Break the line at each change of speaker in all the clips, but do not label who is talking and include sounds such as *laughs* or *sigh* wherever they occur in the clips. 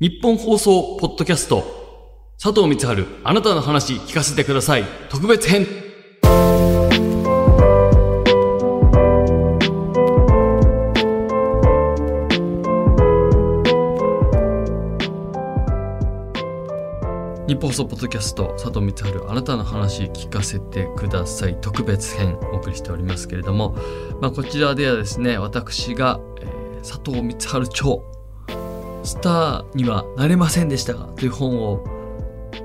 日本放送ポッドキャスト佐藤光春あなたの話聞かせてください特別編日本放送ポッドキャスト佐藤光春あなたの話聞かせてください特別編お送りしておりますけれども、まあ、こちらではですね私が、えー佐藤光春町スターにはなれませんでしたがという本を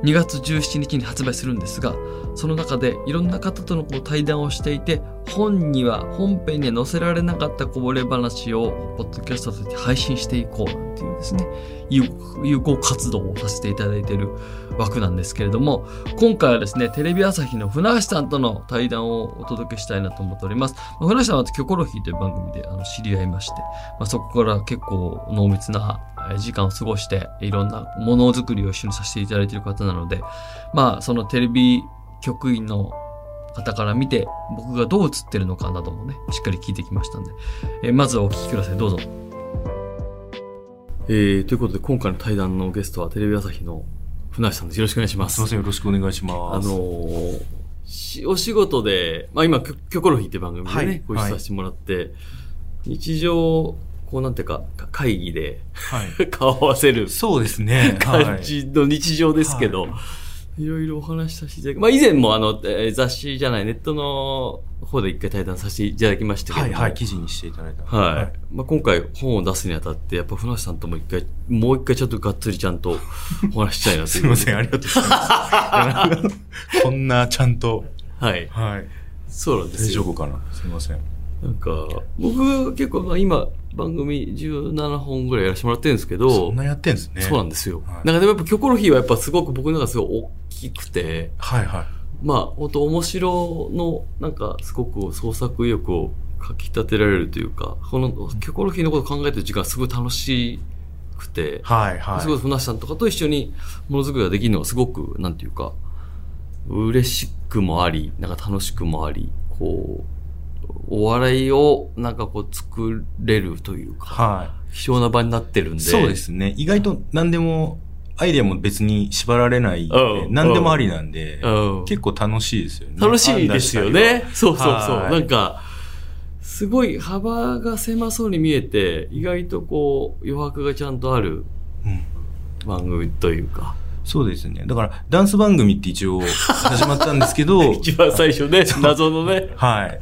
2月17日に発売するんですがその中でいろんな方とのこう対談をしていて本には本編には載せられなかったこぼれ話をポッドキャストとして配信していこうなんていうですね有有効活動をさせていただいている枠なんですけれども今回はですねテレビ朝日の船橋さんとの対談をお届けしたいなと思っておりますまあ船橋さんはキョコロヒーという番組であの知り合いましてまあ、そこから結構濃密なえー時間を過ごしていろんなものづくりを一緒にさせていただいている方なのでまあそのテレビ局員の方から見て僕がどう映ってるのかなどもねしっかり聞いてきましたんで、えーまずはお聞きくださいどうぞ。えということで今回の対談のゲストはテレビ朝日の船橋さんですよろしくお願いします
みません、よろしくお願いします。
あのーしお仕事で、まあ今、キョキョコロヒーって番組でね、
はい
ご一緒させてもらって、日常、こうなんていうか、か会議で *laughs*
はい。
顔合わせる
そうですね。
感じの日常ですけど、、
はい
ろいろお話しさせていただき、まあ以前もあの、えー雑誌じゃない、ネットの方で一回対談させていただきましたけ
は
ど
い。は
も、
い、はい、記事にしていただいた。
はい。まあ、今回本を出すにあたって、やっぱ船橋さんとも一回、もう一回ちょっとがっつりちゃんとお話ししたいなと
*laughs* す
いう。
みません、ありがとうございますいやなんか。こんなちゃんと。
はい。
はい。
そうなんです
大
よ
丈。夫かなすみません。
なんか、僕結構まあ今番組17本ぐらいやらせてもらってるんですけど、
そんなやってんですね。
そうなんんですよ。
はい
なんかでもやっぱキョコロヒーはやっぱすごく僕の中ですごい大きくて、
はいはい。
まあ本当面白のなんかすごく創作意欲をかき立てられるというか、このキョコロヒーのことを考えてる時間すごい楽しくて、
はいはい。
すごい船橋さんとかと一緒にものづくりができるのがすごく、なんていうか、嬉しくもあり、なんか楽しくもあり、こう、お笑いをなんかこう作れるというか、
は
貴重な場になってるん
い。
で。
そうで。すね。意外と何でも、アイデアも別に縛られないんで
うん
何でもありなんで、
うん。
結構楽しいですよね。
楽しいですよね。そうそうそう。
はい
なんか、すごい幅が狭そうに見えて、意外とこう余白がちゃんとある
判断したりは。うん
番組という
*laughs*
か、
そうですね。だから、ダンス番組って一応始まったんですけど、
*laughs* 一番最初ね、謎のね。
はい。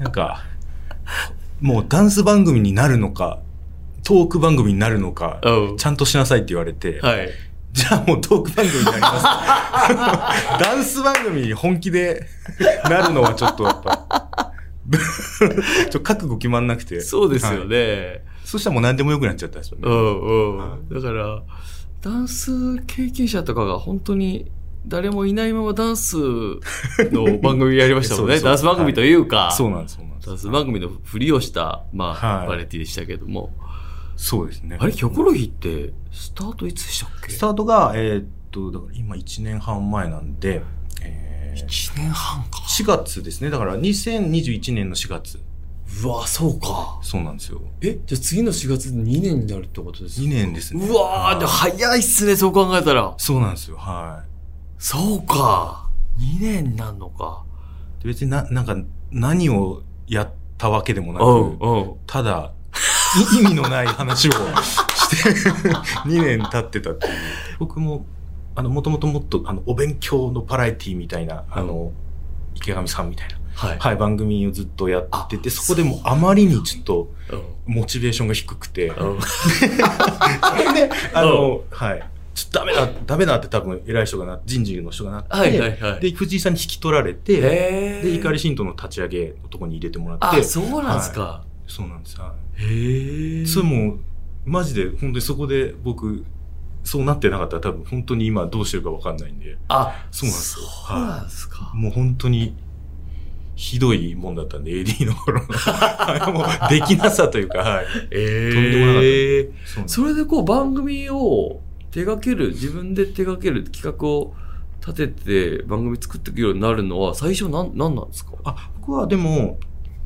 なんか、もうダンス番組になるのか、トーク番組になるのか、
うん
ち。ゃんとしなさいって言われて、
はい。
じゃあもうトーク番組になります。 *laughs* ダンス番組に本気でなるのはちょっとやっぱ、 *laughs* ちょっと覚悟決まんなくて。
そうですよ
はい
ね。
そしたらもう何でもよくなっちゃったんですよね。
うん
は
うん。だから、ダンス経験者とかが本当に誰もいないままダンスの番組やりました *laughs* もんね。
そうそう
ダンス番組というか、
そうなんです、そうなんです
ダン。ス番組のふりをした、まあ、
はい
バレエティでしたけども。
そうですね。
あれ、キョコロヒーって、スタートいつでしたっけ
スタートが、えーっと、だから今1年半前なんで、えー
?1 年半か。
4月ですね。だから2021年の4月。
うわ、そうか。
そうなんですよ。
え、じゃあ次の4月で2年になるってことです
2年ですね。
うわー、でも早いっすね、そう考えたら。
そうなんですよ。は
そうか。2年になるのか。
い。で別にな、なんか、何をやったわけでもな
うん、
く、
うん。
ただ、い意味のない話をして、2年 *laughs* 経ってたっていう。僕も、あの、もともともっと、あの、お勉強のパラエティみたいな、あの、池上さんみたいな、
はい。
はい、番組をずっとやってて、
あ
そこでもあまりにちょっと、
うん
モチベーションが低くて、
うん
で、あの、はい。ちょっとダメだ、ダメだって多分偉い人がな、人事の人がなって、
はいはいはい。
で、藤井さんに引き取られて、
へー
で、怒り神道の立ち上げのとこに入れてもらっ
あ、
て、
そうなんですか。
そうなんです。は
へえ。
い。それもう、マジで、本当にそこで僕、そうなってなかったら多分本当に今どうしてるかわかんないんで、
あ、
そうなんですよ
そうなんですか。
もう本当に、ひどいもんだったんで、AD の頃の。 *laughs* はいもう、できなさというか、はい。
え
とんでもなかった
え。
そうなんです
それでこう番組を手掛ける、自分で手掛ける企画を立てて番組作っていくようになるのは最初なん、なんなんですか
あ、僕はでも、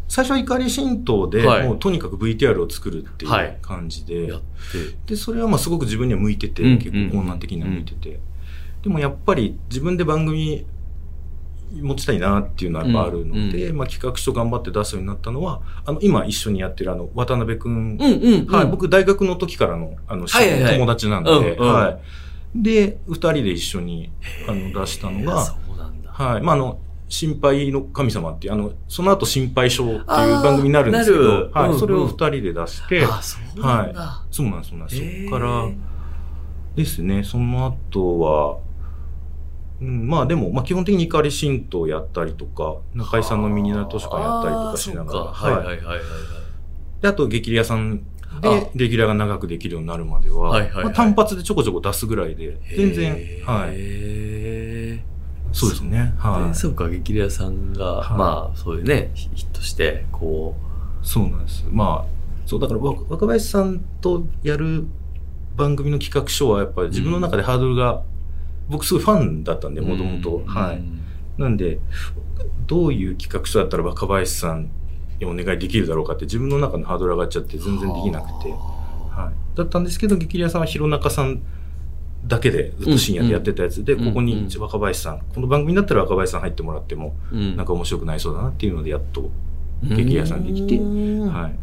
最初は怒り神道で、
はい
もうとにかく VTR を作るってい
はいう
感じで、
やって
で、それはまあすごく自分には向いてて、
うん
結
うん
構困難的には向いてて、でもやっぱり自分で番組持ちたいなっていうのはやっぱあるので、
うんう
まあ企画書頑張って出すようになったのは、あの、今一緒にやってるあの、渡辺くん
うんうん、うん、
はい、僕大学の時からのあの、
はいはいはい
友達なんで、
うんうん
はい、で2人で一緒にあの出した
え
の
ー
が
そうなん
「
だ
はいまあ、あの心配の神様」っていうあのその後心配性」っていう番組になるんです
あ
け
ーな
ど
る、
はい
うんうん
それを2人で出して
あそうなんだ、
そうなんですそうなんです、
えー
そっからですねその後は、うん、まあでも、まあ、基本的に怒り神道やったりとか中井さんのミニナル図書館やったりとかしながら
あーそう
はい
はいはいはいはい
であと激レアさん
あ
でレギュラーが長くできるようになるまでは、
はいはいはい
まあ、単発でちょこちょこ出すぐらいで全然、
は
はいい、
へ
そうですね、
ー
は
で
い、
そうか激レアさんが、
はい
まあそういうねヒヒットしてこ
そうなんですまあそうだからわ若林さんとやる番組の企画書はやっぱり自分の中でハードルが、僕すごいファンだったん
う
でもともと
うん
はいなんでどういう企画書だったら若林さんにお願いできるだろうかって自分の中のハードル上がっちゃって全然できなくて
は
はい、だったんですけど激レアさんは弘中さんだけでずっと深夜でやってたやつで、
うん
ここ
うん
に若林さん、この番組だったら若林さん入ってもらっても
あうん
なんか面白くなりそうだなっていうのでやっと、
激、
激レアさんできてはい、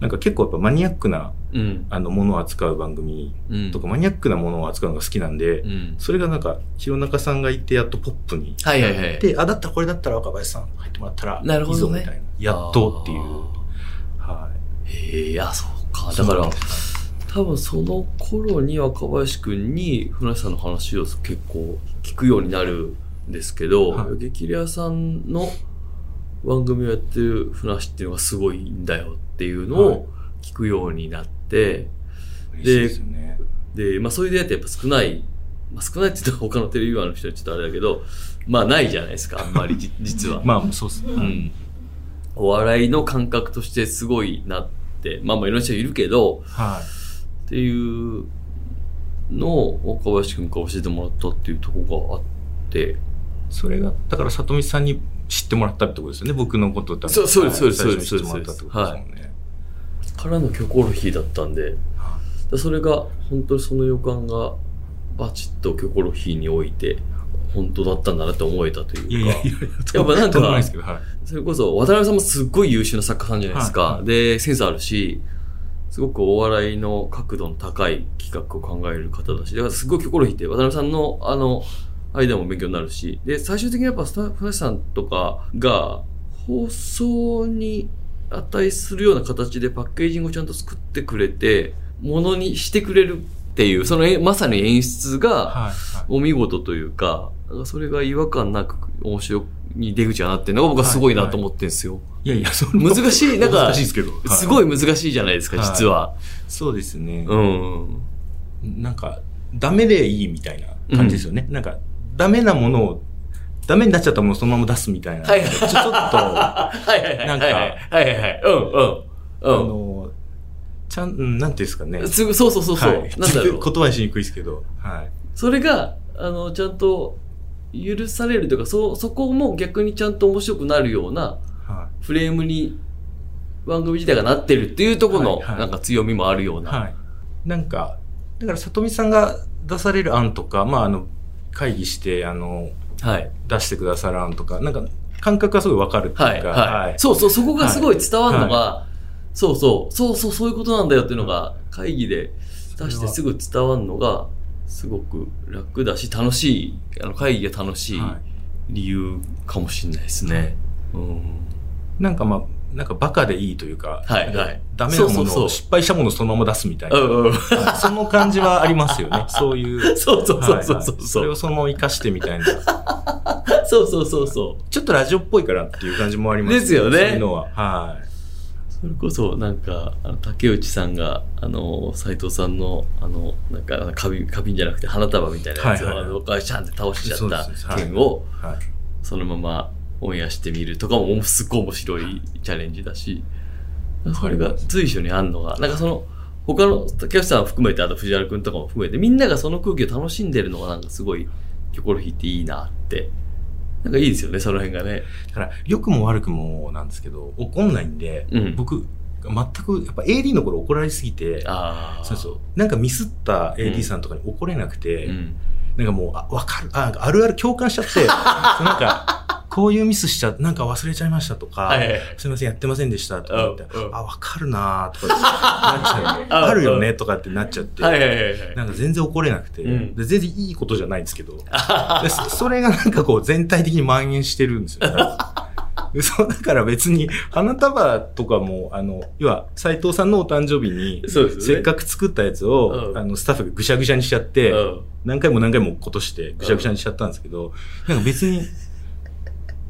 なんか結構やっぱマニアックない
うん
あのものを扱う番組
うん、
とか、マニアックなものを扱うのが好きなんで、
うん、
それがなんか弘中さんがいてやっとポップに。
はいはいはい
で、あ、だったらこれだったら若林さん入ってもらったら
なる
い
ほ
い
ど
ぞ
ね
みたいな。やっとっていう。は
へえあそうか
い。
だから多分その頃に若林くんに船橋さんの話を結構聞くようになるんですけど、
はい
激レアさんの番組をやってる船橋っていうのがすごいんだよっていうの
はい
を聞くようになって、
嬉しいですよね。
で、まあそういう出会いってやっぱ少ない、まあ、少ないって言ったら他のテレビマンの人にちょっとあれだけど、まあないじゃないですか、あんまりじ *laughs* 実は。
まあ、そうっすね。
うん。お笑いの感覚としてすごいなって、まあまあいろんな人いるけど、
はい。
っていうのを若林君から教えてもらったっていうとこがあって
それが、だから、里見さんに知ってもらったってことですよね。僕のことを多分
そうそうです
はい
そうです
最初に知ってもらったってことですもんね。
からのキョコロヒーだったんで
は
でそれが本当にその予感がバチッとキョコロヒーにおいて本当だったんだなって思えたというか
いやいやいや、
やっぱなんか
とないですけど、はい。
それこそ渡辺さんもすっごい優秀な作家さんじゃないですか、
はいはい
でセンスあるしすごくお笑いの角度の高い企画を考える方だしだからすごいキョコロヒーって渡辺さんのあのアイデアも勉強になるしで最終的にやっぱスタッフさんとかが放送に値するような形でパッケージングをちゃんと作ってくれてものにしてくれるっていうそのえまさに演出が
はい。
お見事というか、だからそれが違和感なく面白い出口だなっていうのが僕はすごいなと思ってるんですよ。
いやいや、そん
難
*laughs*
しい、なんか
難しい、ですけど。は
すごい。難しいじゃないですか、
はい
実は。
そうですね
う。ん。
なんか、ダメでいいみたいな感じですよね。なんか、ダメなものを、ダメになっちゃったものをそのまま出すみたいな。
はいはい *laughs*
ちょちょっと、あ
はいはいはい。
なんか
はいはいはい。うんうん。うん。
の、ちゃん、うんなんていうんですかね。
すぐそうそうそうそう。
はい
なんだろう。
*laughs* 言葉にしにくいですけど。はい。
それが、あの、ちゃんと許されるというか、そ、そこも逆にちゃんと面白くなるような
はい。
フレームに番組自体がなってるっていうところの、
はいはい
なんか強みもあるような。
はい。なんか、だから、里見さんが出される案とか、まあ、あの、会議して、あの、
はい。
出してくださる案とか、なんか、感覚がすごいわかるって
はいい、
うか、
はい。そうそう、そこがすごい伝わるのが、そうそう、そうそう、そういうことなんだよっていうのが、会議で出してすぐ伝わるのが、すごく楽だし、楽しい、あの会議が楽しい
は
理由かもしれないですね。うん。
いなんかまあ、なんかバカでいいというか、
はいはい
ダメなも
そう
の
そうそう
を失敗したものをそのまま出すみたいな、
うんうん。
はいその感じはありますよ
*laughs*
ね。そういう。
そうそうそうそうそう
はいはいそ
そ
れ
う
を。そのまま生かしてみたいな。
*laughs* そうそうそうそう。
ちょっとラジオっぽいからっていう感じもあります
ですよね
そういうのは。はい。
それこそ、なんか、あの竹内さんが、あの、斎藤さんの、あの、なんか、花瓶、花瓶じゃなくて花束みたいなやつを、
はいはいはい
あのガシャンって倒しちゃ
そうで
っ
す
た
はい
件を、
はい。
そのままオンエアしてみるとかもすっごい面白いチャレンジだし、それが随所にあんのが、なんかその、他の竹内さん含めて、あと藤原くんとかも含めて、みんながその空気を楽しんでるのがなんかすごい、キョコロヒーっていいなってなんかいいですよね、その辺がね。
だから、良くも悪くもなんですけど、怒んないんで、
うん
僕、全く、やっぱ AD の頃怒られすぎて、
ああ。
そうそう。なんかミスった AD さんとかに怒れなくて、
うん。
なんかもう、あ、わかる、あ、あるある共感しちゃって、
*laughs*
そうなんか、こういうミスしちゃ、なんか忘れちゃいましたとか、
はいはいはい。
すいません、やってませんでしたとか言って、
うんうん
あ、わかるなーとかって
*laughs*
なっちゃう。あるよねとかってなっちゃって、
はいはいはいはい。
なんか全然怒れなくて、
うん
で全然いいことじゃないんです
*laughs*
けど、でそそれがなんかこう全体的に蔓延してるん
*laughs*
ですよね。でそうだから別に花束とかも、あの、要は斎藤さんのお誕生日に、
そうですよね。
せっかく作ったやつを、
うん
あのスタッフがぐしゃぐしゃにしちゃって、
うん
何回も何回も落っことしてぐしゃぐしゃにしちゃったんですけど、なんか別に、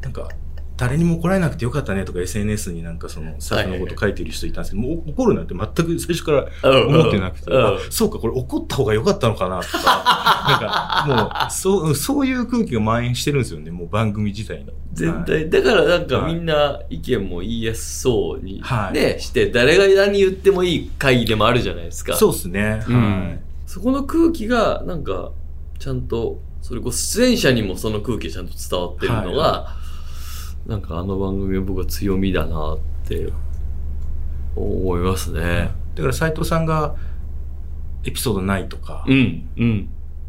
なんか、誰にも怒られなくてよかったねとか SNS になんかそのスタッフのこと書いてる人いたんですけど、もう怒るなんて全く最初から思ってなくて、
うん
あそうか、これ怒った方が良かったのかなとか、なんかもう、そう、そういう空気が蔓延してるんですよね、もう番組自体の。
全
はい
体、だからなんか
はい
みんな意見も言いやすそうに、
はい
ね、して、誰が何言ってもいい会でもあるじゃないですか。
そうですね。
うん
はい
そこの空気が、なんか、ちゃんと、それこそ出演者にもその空気がちゃんと伝わってるのが、なんかあの番組は僕は強みだなって思いますね。
だから斎藤さんが、エピソードないとか、
うん、うん、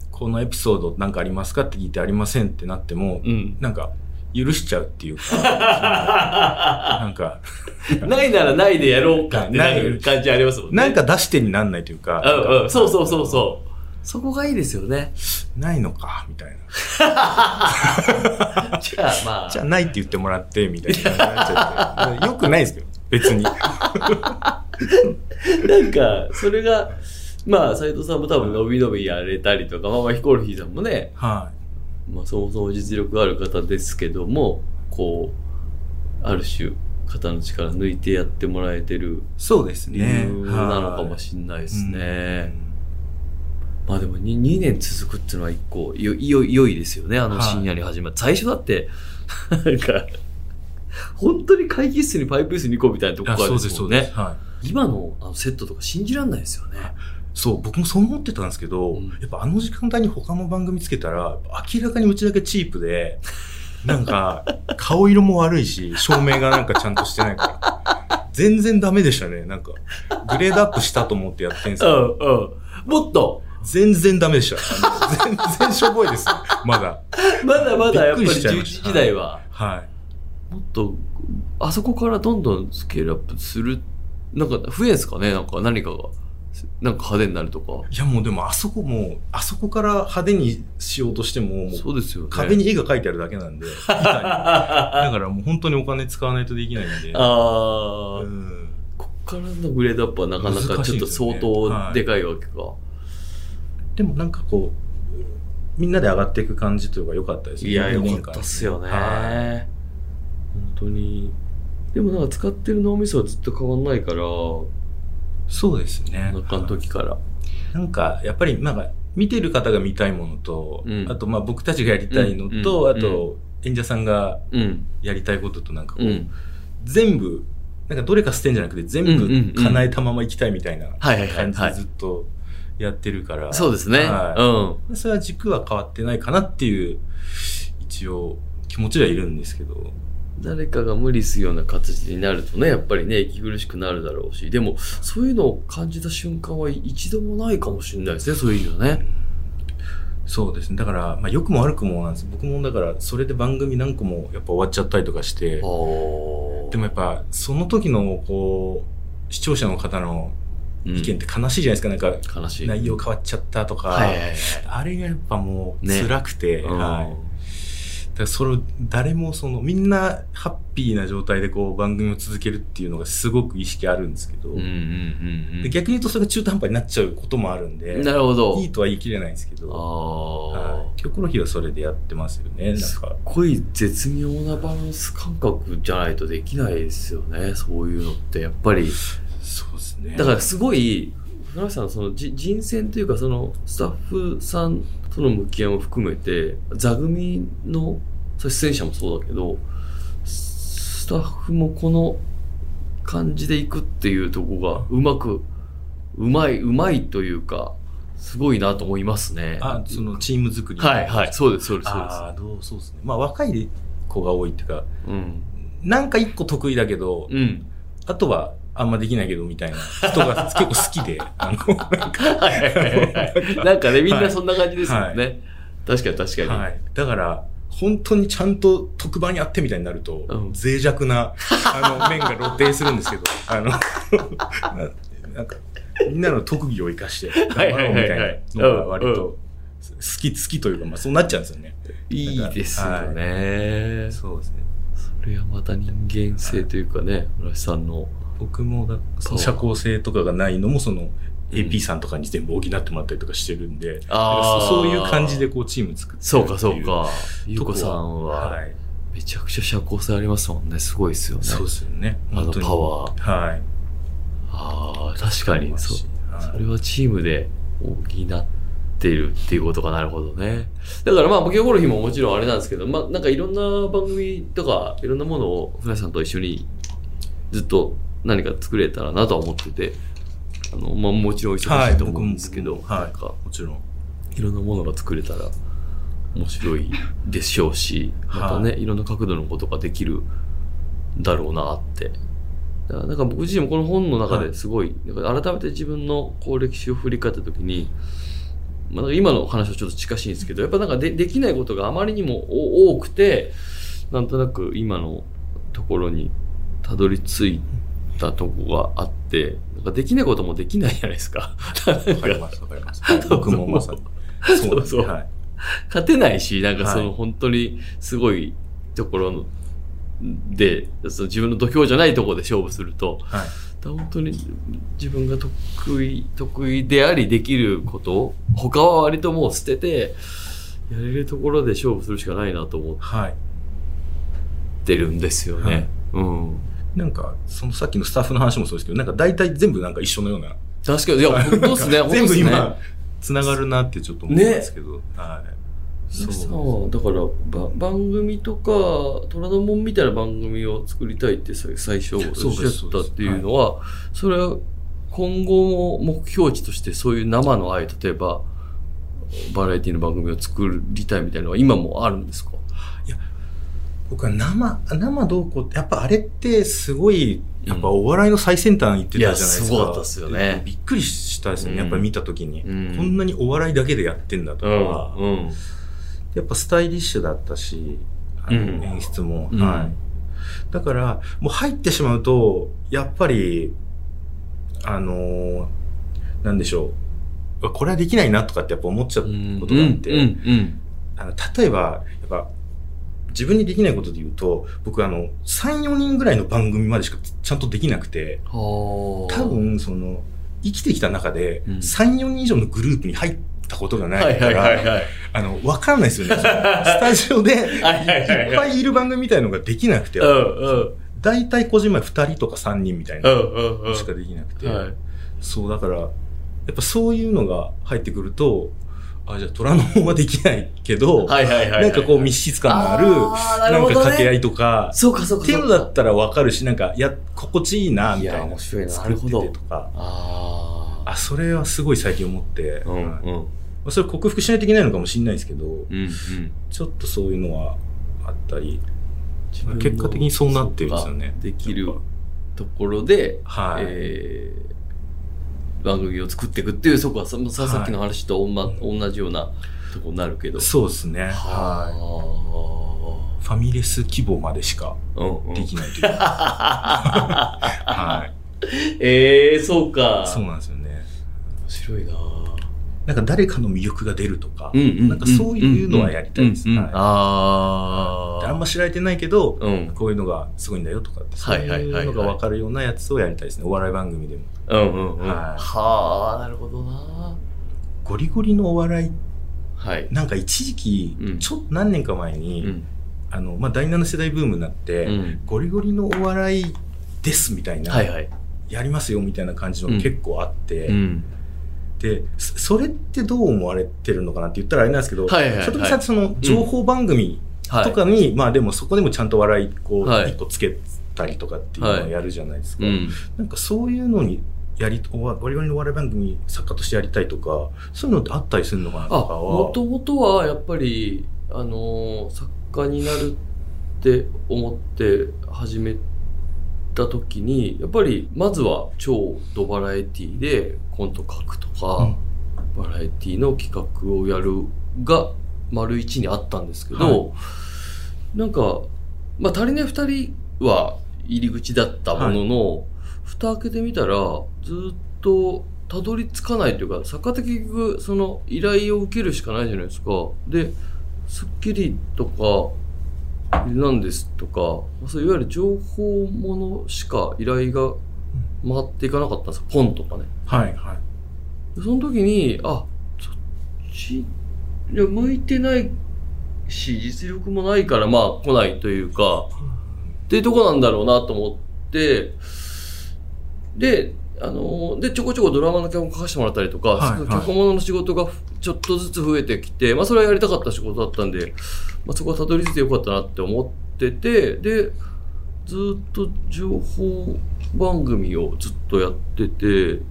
このエピソードなんかありますかって聞いてありませんってなっても、
うん。
なんか、許しちゃうっていうか、
*laughs*
なんか、
ないならないでやろうかってなる感じありますもんね。
なんか出してになんないというか、
うんうん、そうそうそうそう。そこがいいですよね。 *laughs*
ないのか、みたいな。
じゃあまあ。
じゃあないって言ってもらって、みたいな感じになっちゃって。よくないですけど、別に。
なんか、それが、まあ、斎藤さんも多分、伸び伸びやれたりとか、まあまあ、ヒコロヒーさんもね、
は
まあ、そもそも実力ある方ですけども、こう、ある種、肩の力抜いてやってもらえてる
い。そうです
理由なのかもしれないですね。まあでも 2, 2年続くっていうのは一個よよ良いですよねあの
はい
深夜に始まって、最初だってなんか本当に会議室にパイプ椅子2個みたいなとこ
あ
か
そ
ら
う
で
ですす、
もん
そう
ね
です。はい。
今のあのセットとか信じられないですよね
そう、僕もそう思ってたんですけど、
うん
やっぱあの時間帯に他の番組つけたら、明らかにうちだけチープで、 *laughs* なんか、顔色も悪いし、照明がなんかちゃんとしてないから。全然ダメでしたね。なんか、グレードアップしたと思ってやってんすけ
う
ど、
んうんもっと
全然ダメでした。あの全然しょぼいです。まだ。
まだまだやっぱり
びっくりしちゃい
11
ました
時代は、
はい。
もっとあそこからどんどんスケールアップするなんか増えんすかねなんか何かがなんか派手になるとか
いやもうでもあそこもう、あそこから派手にしようとしても、もう
そうですよね
壁に絵が描いてあるだけなんで、板に
*laughs*
だ
あ
からもう本当にお金使わないとできないんで。
あー
うん
こっからのグレードアップはなかなか
難
ちょ
し
っ
い
と
ですよ
相
ねは
当で
い
かいわけか。
でもなんかこう、みんなで上がっていく感じというか良かったですね。
いや、
4
よ
年
か
間
ったっすよね。
は
本当に。でもなんか使ってる脳みそはずっと変わんないから、
いそうですね。
お腹の時から。
なんか、やっぱり、なんか、見てる方が見たいものと、
うん
あと、まあ僕たちがやりたいのと、
うん
あと、演者さんが
うん。
やりたいこととなんかこ
う
う、
ん。
全部、なんかどれか捨てんじゃなくて、全
うんうんうん
部叶えたまま行きたいみたいな
はいはいはい
感じ
は
で
い。
ずっとやってるから、
そうですね。
はそれは軸は変わってないかなっていう、一応、気持ちではいるんですけど、
うん。誰かが無理するような形になるとね、やっぱりね、息苦しくなるだろうし、でも、そういうのを感じた瞬間は一度もないかもしれないですね、そういうのね。
そうですね。だから、まあ、良くも悪くもなんです。僕もだから、それで番組何個もやっぱ終わっちゃったりとかして、
ああ。
でもやっぱ、その時の、こう、視聴者の方の
うん、
意見って悲しいじゃないですか。なんか、
悲しい。
内容変わっちゃったとか、
はいはいはい。
あれがやっぱもう
ね
辛くて、
うん
はい。だからそれを誰もそのみんなハッピーな状態でこう番組を続けるっていうのがすごく意識あるんですけど、
うんうんうんう
で
ん
逆に言うとそれが中途半端になっちゃうこともあるんで、
なるほど。
いいとは言い切れないんですけど、
ああ
は。い、キョコロヒーはそれでやってますよね。なんか、
すっごい絶妙なバランス感覚じゃないとできないですよね。そういうのって、やっぱり。
そうですね。
だからすごい、船橋さん、そのじ人選というか、そのスタッフさんとの向き合いも含めて、座組の、それ出演者もそうだけど、ススタッフもこの感じでいくっていうとこが、うまく、うまい、うまいというか、すごいなと思いますね。
あ、そのチーム作り。
はいはい、そうです、そうです、そうです。
ああ、どう、そうですね。まあ若い子が多いっていうか、
うん。
なんか一個得意だけど、
うん。
あとはあんまできないけどみたいな人
*laughs*
が結構好きで、あの、なんか、
はいはいはいはい。なんかね、みんなそんな感じですよね。
は
確かに確かに。
はい。だから、本当にちゃんと特番やってみたいになると、
うん
脆弱な、
*laughs*
あの、面が露呈するんですけど、あの、な *laughs* なんか、みんなの特技を生かして、
はい
頑張
はい
ろう
は
み
い
た
はい
いなのが割
うんう
と、好き、好きというか、まあそうなっちゃうんですよね。
いいですよね。
そうですね。
それはまた人間性というかね、村瀬さんの。
僕もだ、その社交性とかがないのも、その、AP さんとかに全部補ってもらったりとかしてるんで、
あー
そういう感じでこうチーム作ってるってい
そうかそう。か。ゆうこさんは、
はい。
めちゃくちゃ社交性ありますもんね。すごいですよね。
そうですよね。
あの
本当に
パワー。
はい。
ああ、確かに。そう。そ
は
れはチームで補っているっていうことかなるほどね。だからまあ、牧野ゴルフももちろんあれなんですけど、まあ、なんかいろんな番組とか、いろんなものを船井さんと一緒にずっと何か作れたらなとは思ってて、あの、まあもちろんお忙し
はいい
と思うんですけど、
僕もはい
なんか
い。もちろん。
いろんなものが作れたら面白いでしょうし、またね、い、ろんな角度のことができるだろうなって。だからなんか僕自身もこの本の中
は
で
い
すごい、なんか改めて自分のこう歴史を振り返った時に、まあ、なんか今の話とちょっと近しいんですけど、やっぱなんかでできないことがあまりにもお多くて、なんとなく今のところにたどり着いたとこがあって、なんかできないこともできないじゃないですか。 *laughs* なん
わ
か
かります、わかります。
*laughs*
僕もまさに。そうです
そうそう
はい。
勝てないし、なんかその
はい
本当にすごいところので、その自分の土俵じゃないところで勝負すると、
はい
だから本当に自分が得意、得意でありできること、他は割ともう捨てて、やれるところで勝負するしかないなと思っ
はい。
てるんですよね。
はい
うん。
なんか、そのさっきのスタッフの話もそうですけど、なんか大体全部なんか一緒のような。
確かに、いや、本当っすね、本当
*laughs* 全
っす
部
ね。
今、つながるなってちょっと思うんですけど。はい。
そう
そ
だからば番組とか虎ノ門みたいな番組を作りたいってさ最初おっ
そうです
しゃったっていうのはそれは今後も目標値としてそういう生の愛例えばバラエティの番組を作りたいみたいなのは今もあるんですか
僕は生、生どうこうって、やっぱあれってすごい、やっぱお笑いの最先端行ってたじゃないですか。
いやすごかったっすよね
びっくりしたです
うん
ね。やっぱ見たときに。
うん
こんなにお笑いだけでやってんだとか。
うん
やっぱスタイリッシュだったし、あの
うん
演出も、
うん
はい。だから、もう入ってしまうと、やっぱり、あのーなんでしょう。これはできないなとかってやっぱ思っちゃうことがあって、
うんうん
あの例えば、やっぱ、自分にできないことで言うと、僕あの、3、4人ぐらいの番組までしかちゃんとできなくて、
はあ
多分、その、生きてきた中で、
うん
3、4人以上のグループに入ったことが
は
ない
い
か
はい
ら、
はいはい
あの、わかんないで
*laughs*
すよね。そのスタジオで、いっ
はいはいはい
ぱいいる番組みたいのができなくて
う、んうん
大体個人前2人とか3人みたいうなん
うんうん
しかできなくて、
はい
そう、だから、やっぱそういうのが入ってくると、あ、じゃあ虎ノ門はできないけど、
はいはいはいはい
なんかこう密室感のある、
あーなる
なん
ほ
か
どね
掛け合いとか、
そうかそうか
ってい
そうう
の
か
だったらわかるし、なんか、や、心地いいな、みたい
いや
な。
面白いな
作ってて
なるほど
とか。
ああ
あ、それはすごい最近思って、
うん
はい
うん
まあそれ克服しないといけないのかもしれないですけど、
うん
ちょっとそういうのはあったり、
うん、
結果的にそうなってるんですよね。
でき
や
る
っ
ところで、
ぱはい。
えー番組を作っていくっていうそこはさささっきの話とおんま、同じようなとこになるけど
そうですね。は。
はい
ファミレス規模までしか
い、うんうん
できな
*laughs*
いというか。はい。
えー、そうか
そうなんですよね。
面白いな
なんか誰かの魅力が出るとか、
うんうん
なんかそういうのはやりたいです。
うんうん
はい
あ
で
あ
あんま知られてないけど、
うん
こういうのがすごいんだよとかって、そ
は
う
いはいいはいはいう
のが分かるようなやつをやりたいですね。お笑い番組でも。
うんうんうん
はい
はあなるほどな
ゴリゴリのお笑い、
はい、
なんか一時期
うん、
ちょっと何年か前に、
ん
あの、まあ、第7世代ブームになって、
うん、
ゴリゴリのお笑いですみたいな、
はいはい、
やりますよみたいな感じの
うん
結構あって、
ん、
で、そそれってどう思われてるのかなって言ったらあれなんですけど、
はいはいはい
さとみさんってその情報番組
はい
とかに、まあでもそこでもちゃんと笑いこう
はい
一個つけたりとかっていうのをやるじゃないですか。
うん、
なんかそういうのにやり、おわ我々のお笑い番組作家としてやりたいとか、そういうのってあったりするのかなとか
あ
は
も、ともとはやっぱりあのー作家になるって思って始めた時にやっぱりまずは超ドバラエティでコント書くとか、バラエティの企画をやるが丸一にあったんですけど、なんか、まあ、足りない2人は入り口だったものの、蓋開けてみたらずっとたどり着かないというか作家って結局その依頼を受けるしかないじゃないですか。で『スッキリ』とか「なんです」とかそういわゆる情報ものしか依頼が回っていかなかったんですよポンとかね。
はい、はい。
でその時にあそっちいや向いてないし実力もないからまあ来ないというか。っていうとこなんだろうなと思って、で、あのーで、ちょこちょこドラマの脚本書かせてもらったりとか、
はいはい
脚本ものの仕事がちょっとずつ増えてきて、まあそれはやりたかった仕事だったんで、まあそこはたどり着いてよかったなって思ってて、で、ずっと情報番組をずっとやってて、で、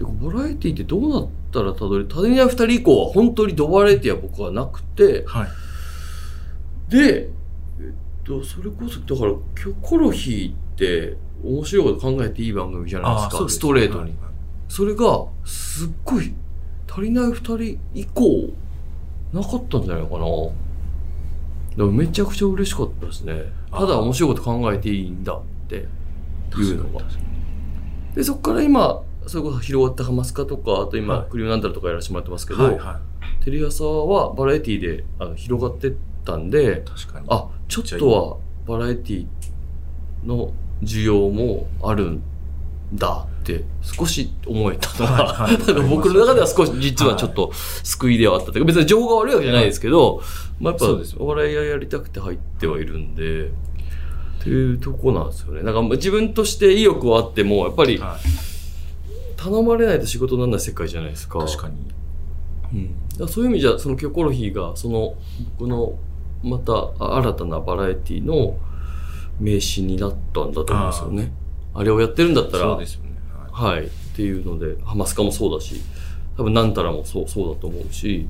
ボラエティってどうなったらたどり、たどりない二人以降は本当にドバラエティは僕はなくて、
はい。
で、えっと、それこそ、だから、キョコロヒーって、面白いこと考えていい番組じゃないですか、ストレートに。。それが、すっごい、足りない二人以降、なかったんじゃないかな。でもめちゃくちゃ嬉しかったですね。
あ
ただ面白いこと考えていいんだっていうのが
確。
で、そこから今、それこそ広がったハマスカとか、あと今、
はい
クリームなんだらとかやらせてもらってますけど、
はい、は
テレ朝はバラエティであの広がってったんで
い。、確かに。
あちょっとはバラエティの需要もあるんだって少し思えたのが、
はいはい
なんか *laughs* 僕の中では少し実はちょっと救いではあったというか別に情報が悪いわけじゃないですけど、まあ、やっぱ
そうです
お笑いがやりたくて入ってはいるんで。っていうとこなんですよね。なんか自分として意欲はあっても、やっぱり
はい
頼まれないと仕事にならない世界じゃないですか。
確かに。
うん、だからそういう意味じゃそのキョコロヒーがその僕のまたあ新たなバラエティの名刺になったんだと思うんですよねあれをやってるんだったら
そうですよね。はい
はいっていうのでハマスカもそうだし多分なんたらもそうそうだと思うし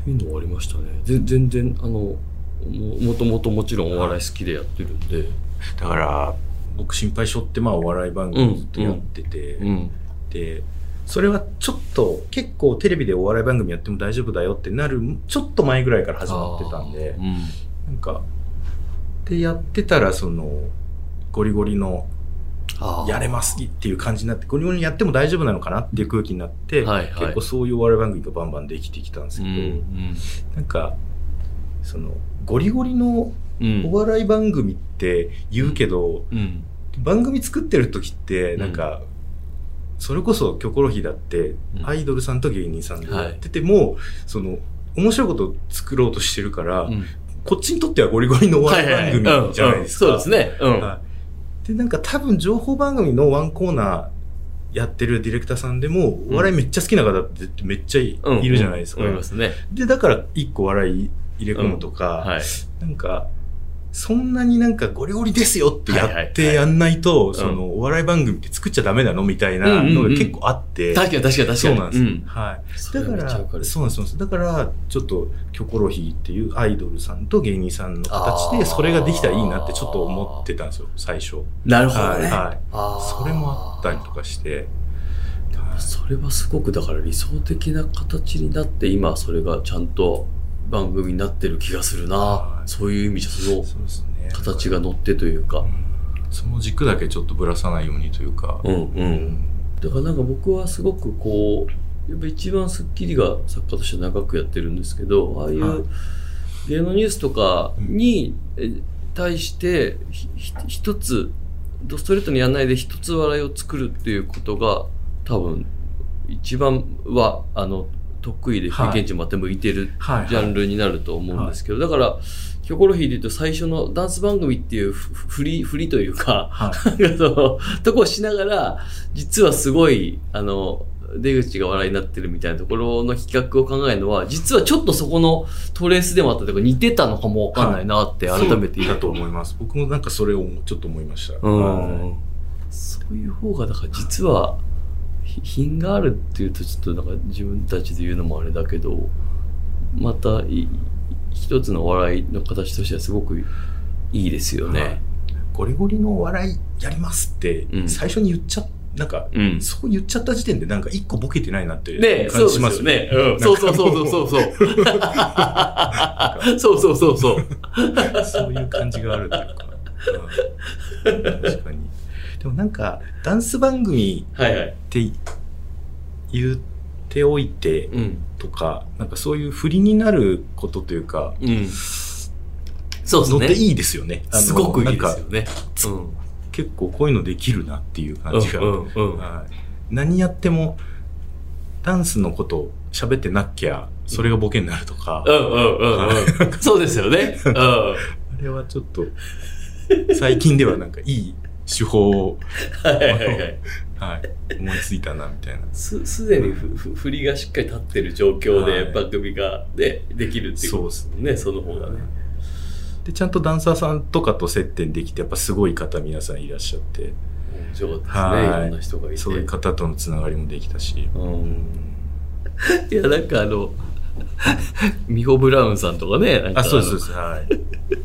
っていうのはありましたねぜ全然あのももともともちろんお笑い好きでやってるんで、
だから、僕、心配性って、まあ、お笑い番組ずっとやってて、
うん、
で、それはちょっと、結構テレビでお笑い番組やっても大丈夫だよってなる、ちょっと前ぐらいから始まってたんで
あー、うん
なんか、で、やってたら、その、ゴリゴリの、
あー
やれますっていう感じになって、ゴリゴリにやっても大丈夫なのかなっていう空気になって、
はいはい
結構そういうお笑い番組がバンバンできてきたんです
う
けど、
ん
なんか、その、ゴリゴリの
うんうん
お笑い番組って言うけど、
うん
番組作ってる時って、
うん
なんか、それこそ、キョコロヒーだって、
うん
アイドルさんと芸人さんでやってても、その、面白いことを作ろうとしてるから、
うん
こっちにとってはゴリゴリのお笑い番組じゃないですか。
うんうんそうですねうん、
はい。で、なんか多分情報番組のワンコーナーやってるディレクターさんでも、
うん
お笑いめっちゃ好きな方ってめっちゃい,、
うん
るじゃないですか。
うん思いますね
で、だから一個笑い入れ込むとか、
はい
なんか、そんなになんかゴリゴリですよってや
はいはい
っ
は
て
い
やんないと、
ん
そのお笑い番組って作っちゃダメなのみたいなのが結構あって。
確かに確かに確かに。
そうなんです、
うん
はい。
それ
だ
は
か
めっ
ら、
ちゃわ
そう
か
なん
る
です、そうなんです。だから、ちょっと、キョコロヒーっていうアイドルさんと芸人さんの形
あー
で、それができたらいいなってちょっと思ってたんですよ、最初。
なるほど
はい、
ね。
はい。
あー
それもあったりと。かして。
それはすごくだから理想的な形になって今それがちゃんと番組になってる気がするな
は。い
そういう意味じゃその
そうですね。
形が乗ってというか
う。ん。その軸だけちょっとぶらさないようにというか。
うんう。
うん
だからなんか僕はすごくこう、やっぱ一番『スッキリ』が作家として長くやってるんですけど、ああい
は
う
い
芸能ニュースとかにえ対してひひ一つ、ドストレートにやらないで一つ笑いを作るっていうことが多分一番はあの得意で
は
経
い
験値もあって向いてる
はい、はい。
ジャンルになると思うんですけど、だから、キョコロヒーで言うと最初のダンス番組っていうふふ振り、振りというか、
はい。
*laughs* なんかそのとこをしながら実はすごいあの出口が笑いになってるみたいなところの企画を考えるのは実はちょっとそこのトレースでもあったとか似てたのかもわかんないなって改めて
そう
今
だと思います。僕もなんかそれをちょっと思いました。
う
はい
んそういう方がだから実はひ品があるっていうとちょっとなんか自分たちで言うのもあれだけどまたい一つの笑いの形としてはすごくいいですよね。
はいゴリゴリのお笑いやりますって
う、ん
最初に言っちゃ、なんか、
うん
そう言っちゃった時点でなんか一個ボケてないなって
ねそ
感
うで
じし
す
ま
よ
すよね。
ね。うんそうそうそうそうそう。そうそう *laughs* そうそう。
*laughs* そういう感じがあるというか。うん確かに。でもなんか、ダンス番組
はいはい。
って言っておいて
うん。
とか、なんかそういう振りになることというか、
うん。そうです
のって
ね。
いいですよね。あの
すごくいいで
な
す
ん
よ
か
ね。うん。
結構こういうのできるなっていう
う
感じが。
んうんうん。
はい何やっても、ダンスのこと喋ってなきゃ、それがボケになるとか
う、んうんうんうん。そうですよね。うん。は
あれはちょっと、最近ではなんかいい手法を、
いはいはい。
はい、思いついたな、みたいな。
す、すでにふ、ふ、振りがしっかり立ってる状況
は
で
い
番組が、ね、できるっていう
そう
こと
です
ね、その方がね。
で、ちゃんとダンサーさんとかと接点できて、やっぱすごい方皆さんいらっしゃって、
面白かったですね。
はい
いろんな人がいて。
そういう方とのつながりもできたし、
うん。いや、なんかあの、 *laughs* ミホ・ブラウンさんとかね、なんか
あ、そうです、
の
そうです、はい。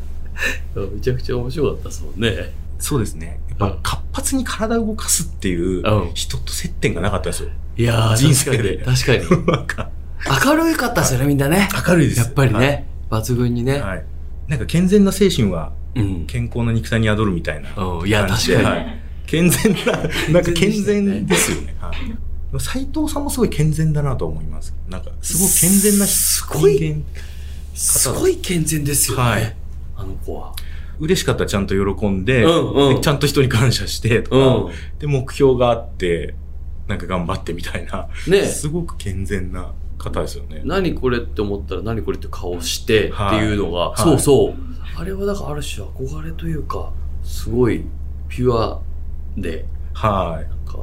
めちゃくちゃ面白かったですもんね。
そうですね。やっぱ活発に体を動かすっていう
うん
人と接点がなかった
*laughs*
んですよ。
いやー、
人生で
確かに。確
なんか、
かに。明るいかったですよね、みんなね。
明るいです。
やっぱりね、抜群に
はい。
ね。
はい。なんか健全な精神は
うん。
健康な肉体に宿るみたいな。
うんいや、
感じ
確
で
か
は
に。
い健全
*laughs*
な、なんか健全ですよね。はい。斎藤さんもすごい健全だなと思います。なんか、すごい健全な
す
人
ごい
間。
すごい健全ですよね。
はい
あの子は。
嬉しかったらちゃんと喜んで、
うんうん
でちゃんと人に感謝してと
うん。
か、で、目標があって、なんか頑張ってみたいな、
ね
すごく健全な方ですよね。
何これって思ったら何これって顔してって
はい
いうのが、
はい
そうそう。あれはだからある種憧れというか、すごいピュアで、
はい。
なんか、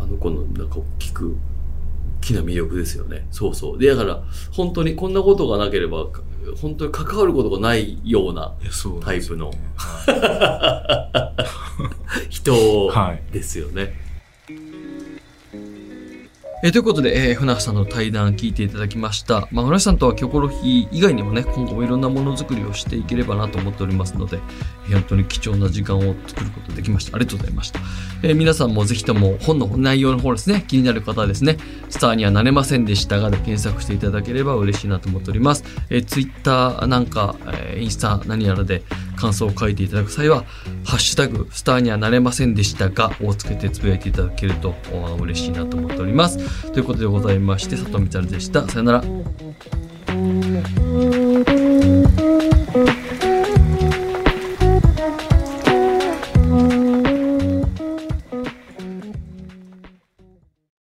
あの子のなんか聞く、大きな魅力ですよね。そうそう。で、だから、本当にこんなことがなければ、か本当に関わることがないようない
や、そうなん
タ
で
イ
す
プの
よね。
人
はい。
ですよね。
えーということで、えー船橋さんの対談聞いていただきました。まあ、船橋さんとはキョコロヒー以外にもね、今後もいろんなものづくりをしていければなと思っておりますので、えー本当に貴重な時間を作ることができました。ありがとうございました。えー皆さんもぜひとも本の内容の方ですね、気になる方はですね、スターにはなれませんでしたがで検索していただければ嬉しいなと思っております。えー、ツイッターなんか、えーインスタ何やらで感想を書いていただく際は、ハッシュタグ、スターにはなれませんでしたがをつけてつぶやいていただけるとお嬉しいなと思っております。ということでございまして、佐藤光でした。さよなら。
「